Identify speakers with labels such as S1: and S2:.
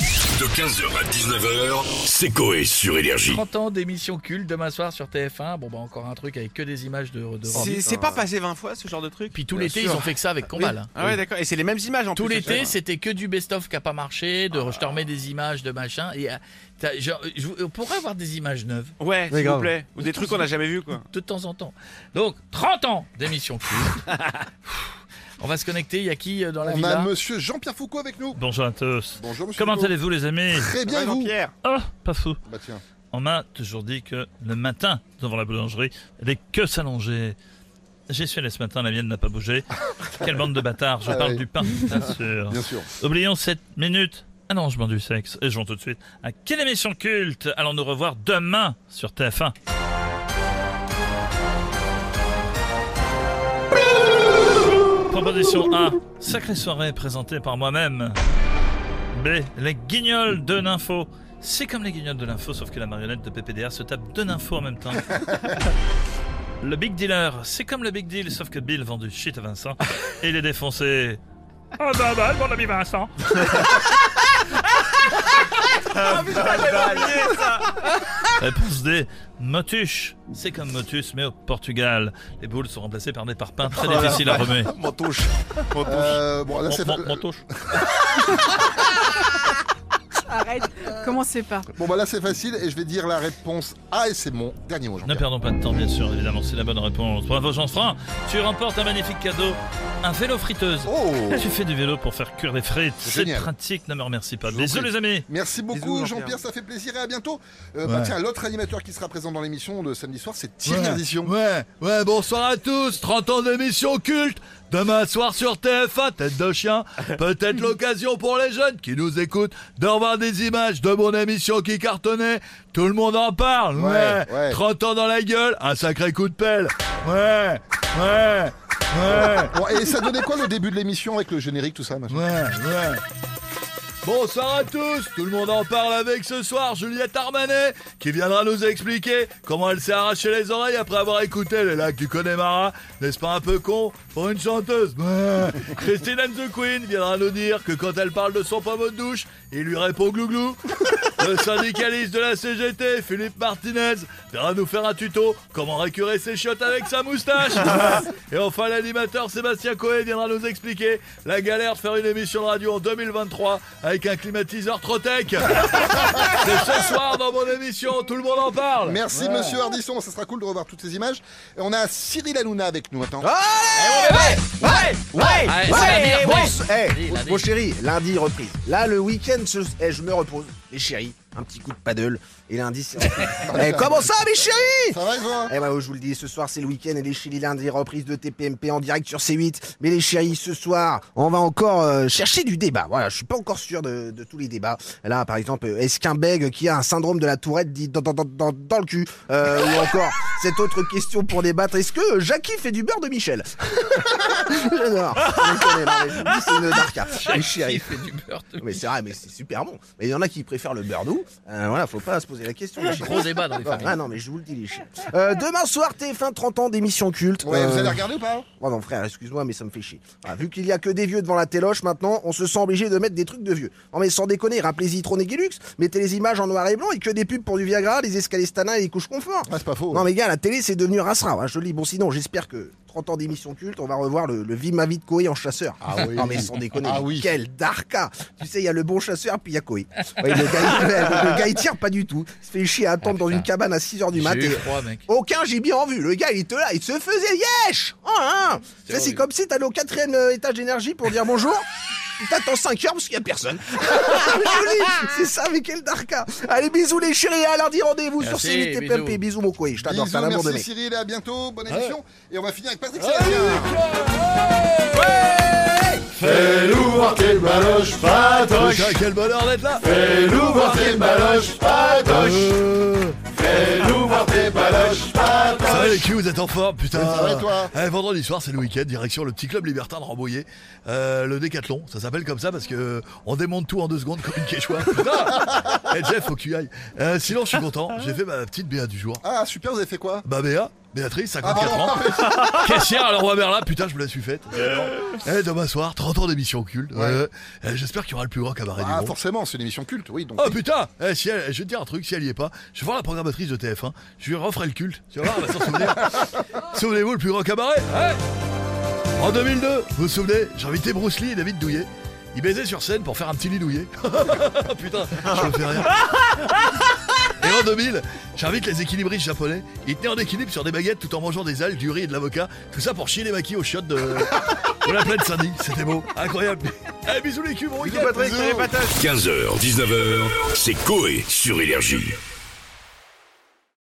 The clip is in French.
S1: De 15h à 19h, c'est Coé sur Énergie.
S2: 30 ans d'émission culte demain soir sur TF1. Bon, bah, encore un truc avec que des images de. de
S3: C'est
S4: Ah.
S3: c'est pas passé 20 fois ce genre de truc
S2: Puis tout
S3: Bien
S2: l'été,
S3: sûr.
S2: ils ont fait que ça avec Combal. hein.
S3: Ah ouais, d'accord. Et c'est les mêmes images en
S2: Tout
S3: plus. à chaque
S2: l'été,
S3: fois.
S2: c'était que du best-of qui a pas marché, de je te remets des images de machin. Et euh, t'as- genre, je vous- on pourrait avoir des images neuves
S3: Ouais, s'il
S5: Oui,
S3: vous
S5: grave.
S3: plaît. Ou des trucs qu'on n'a jamais vus, quoi.
S2: de temps en temps. Donc, 30 ans d'émission culte. on va se connecter. Il y a qui euh, dans la
S4: On
S2: villa
S4: a monsieur Jean-Pierre Foucault avec nous.
S6: Bonjour à tous.
S4: Bonjour monsieur
S6: Comment
S4: Foucault.
S6: allez-vous les amis
S4: Très bien
S3: Ouais,
S4: et vous
S3: Jean-Pierre.
S6: Oh, pas fou.
S4: Bah tiens.
S6: On m'a toujours dit que le matin, devant la boulangerie, les queues s'allongeaient. J'y suis allé ce matin, la mienne n'a pas bougé. Quelle bande de bâtards, je
S4: Ah
S6: parle
S4: oui.
S6: du pain, bien sûr.
S4: Bien sûr.
S6: Oublions cette minute Ah allongement du sexe et jouons tout de suite à quelle émission culte allons nous revoir demain sur TF1. Proposition A, sacrée soirée présentée par moi-même. B, les guignols de l'info. C'est comme les guignols de l'info, sauf que la marionnette de PPDA se tape deux infos en même temps. Le Big Dealer, c'est comme le Big Deal, sauf que Bill vend du shit à Vincent et il est défoncé. Ah bah bah, mon ami Vincent. bah, Réponse D. Motus. C'est comme Motus, mais au Portugal. Les boules sont remplacées par des parpaings très
S4: Oh
S6: difficiles à remuer.
S3: Mon touche. Mon touche.
S4: Euh, bon, là, Ah, c'est-
S6: Mon- mon- Montouche.
S7: Arrête, commencez pas.
S4: bon, bah là c'est facile et je vais dire la réponse A et c'est mon dernier mot.
S6: Ne
S4: Jean-Pierre.
S6: perdons pas de temps, bien sûr, évidemment, c'est la bonne réponse. Bravo Jean-Franc, tu remportes un magnifique cadeau, un vélo friteuse.
S4: Oh
S6: Tu fais du vélo pour faire cuire des frites, c'est
S4: Génial.
S6: pratique, ne me remercie pas.
S4: Je vous en
S6: Bisous
S4: prie.
S6: les amis
S4: Merci beaucoup
S3: Bisous, Jean-Pierre.
S4: Jean-Pierre, ça fait plaisir et à bientôt. Euh, bah,
S5: Ouais.
S4: tiens, l'autre animateur qui sera présent dans l'émission de samedi soir, c'est Thierry
S5: Ouais,
S4: Ardisson.
S5: ouais, ouais, bonsoir à tous, 30 ans d'émission culte, demain soir sur TF1, tête de chien, peut-être l'occasion pour les jeunes qui nous écoutent de revoir des images de mon émission qui cartonnait, tout le monde en parle, ouais,
S4: Ouais, ouais.
S5: 30 ans dans la gueule, un sacré coup de pelle, ouais, ouais, ouais.
S4: Bon, et ça donnait quoi le début de l'émission avec le générique, tout ça machin
S5: Ouais, ouais. Bonsoir à tous, tout le monde en parle avec ce soir Juliette Armanet qui viendra nous expliquer comment elle s'est arrachée les oreilles après avoir écouté les lacs du Connemara. N'est-ce pas un peu con pour une chanteuse Ouais. Christine and the Queen viendra nous dire que quand elle parle de son pommeau de douche, il lui répond glouglou. Le syndicaliste de la CGT, Philippe Martinez, viendra nous faire un tuto comment récurer ses chiottes avec sa moustache. Et enfin, l'animateur Sébastien Coé viendra nous expliquer la galère de faire une émission de radio en 2023 avec un climatiseur trop tech. C'est ce soir dans mon émission, tout le monde en parle.
S4: Merci monsieur Ardisson, ça sera cool de revoir toutes ces images. Et on a Cyril Hanouna avec nous maintenant.
S8: Ouais,
S2: Ah, c'est
S8: ouais,
S2: la bière,
S8: bon,
S2: ouais.
S8: hey,
S2: Lundi, lundi.
S8: mon chéri, lundi reprise. Là, le week-end, je, eh, je me repose. Mes chéris, un petit coup de paddle. Et lundi, c'est. Eh, comment ça, mes chéris
S4: Ça va toi
S8: Eh ouais, je vous le dis, ce soir c'est le week-end et les chéris lundi reprise de TPMP en direct sur C8. Mais les chéris, ce soir, on va encore euh, chercher du débat. Voilà, je suis pas encore sûr de, de tous les débats. Là, par exemple, euh, est-ce qu'un bègue qui a un syndrome de la Tourette dit dans, dans, dans, dans, dans le cul Euh, Ou encore cette autre question pour débattre est-ce que Jackie fait du beurre de Michel J'adore. Je le connais, non, mais je vous le dis, c'est une darka. Les
S2: Il
S8: chéris.
S2: fait du beurre de-
S8: Mais c'est vrai, mais c'est super bon. Mais il y en a qui préfèrent le beurre doux. Euh, voilà, faut pas se poser la question. les chéris.
S2: Gros débat dans les familles.
S8: Ah non, mais je vous le dis, les chiens. Euh, demain soir, TF1 30 ans d'émission culte.
S4: Ouais,
S8: Euh,
S4: Vous allez regarder ou pas
S8: Oh non, frère, excuse-moi, mais ça me fait chier. Ah, vu qu'il y a que des vieux devant la téloche, maintenant, on se sent obligé de mettre des trucs de vieux. Non, mais sans déconner, rappelez-y Tron et Gilux, mettez les images en noir et blanc et que des pubs pour du Viagra, les escalestana et les couches confort.
S4: Ah c'est pas faux.
S8: Non, mais gars, la télé, c'est devenu rassera. hein, je le dis. Bon, sinon, j'espère que 30 ans d'émission culte, on va revoir le, le Vie ma vie de Koé en chasseur.
S4: Ah oui.
S8: Non, mais sans déconner.
S4: Ah
S8: mais
S4: oui.
S8: Quel darka. Tu sais, il y a le bon chasseur, puis il y a Koé. Ouais, le, gars, il- le gars, il tire pas du tout. Il se fait chier à
S4: Ah,
S8: attendre dans une cabane à 6 h du matin.
S2: J'ai eu froid, mec.
S8: Aucun gibier en vue. Le gars, il était là, il se faisait yesh oh, hein. Tu sais, C'est comme si t'allais au quatrième euh, étage d'énergie pour dire bonjour. puis T'attends 5 heures parce qu'il y a personne. Je vous le dis, c'est ça, mais quel darka. Allez, bisous les chéris, à lundi, rendez-vous sur
S2: Merci,
S8: C8 et
S2: bisous.
S8: PMP. Bisous mon couille, je t'adore,
S4: Bisous,
S8: t'as un amour de
S4: merci
S8: mec.
S4: Cyril et à bientôt, bonne émission. Et on va finir avec Patrick Sébastien.
S5: Patoche. Quel bonheur d'être là.
S4: Fais-nous voir tes baloches, patoche Fais-nous voir tes baloches,
S5: Ça va
S4: patoche
S5: les culs, vous êtes en forme, putain.
S4: Ça va, et toi
S5: Eh, vendredi soir, c'est le week-end, direction le petit club libertin de Rambouillet. Euh, le décathlon, ça s'appelle comme ça parce que euh, on démonte tout en deux secondes comme une quechua. Putain Et Jeff, faut que tu y ailles. Euh, sinon, je suis content, j'ai fait ma petite BA du jour.
S4: Ah super, vous avez fait quoi
S5: Ma BA, Béatrice,
S4: Ah,
S5: 54
S4: pardon. Euh.
S5: ans. Caissière à le roi Merlin, putain, je me la suis faite. Eh, demain soir, 30 ans d'émission culte. Ouais, ouais. Eh, J'espère qu'il y aura le plus grand cabaret Bah, du
S4: Ah,
S5: monde.
S4: forcément, c'est une émission culte, oui. Donc,
S5: Oh putain Eh, si elle- Je vais te dire un truc, si elle y est pas, je vais voir la programmatrice de TF1, je lui referai le culte. Tu vas voir, elle va s'en souvenir. Souvenez-vous, le plus grand cabaret ouais. En 2002, vous vous souvenez, j'ai invité Bruce Lee et David Douillet. Ils baisaient sur scène pour faire un petit lit douillet. putain, je me fais rire. Et en 2000, j'invite les équilibristes japonais. Ils tenaient en équilibre sur des baguettes tout en mangeant des algues, du riz et de l'avocat. Tout ça pour chier les maquis aux chiottes de, de la plaine Saint-Denis. C'était beau, incroyable. Eh, bisous les cubes, bon week-end.
S3: Patrick, les patates.
S1: 15h, 19h, c'est Coé sur Énergie.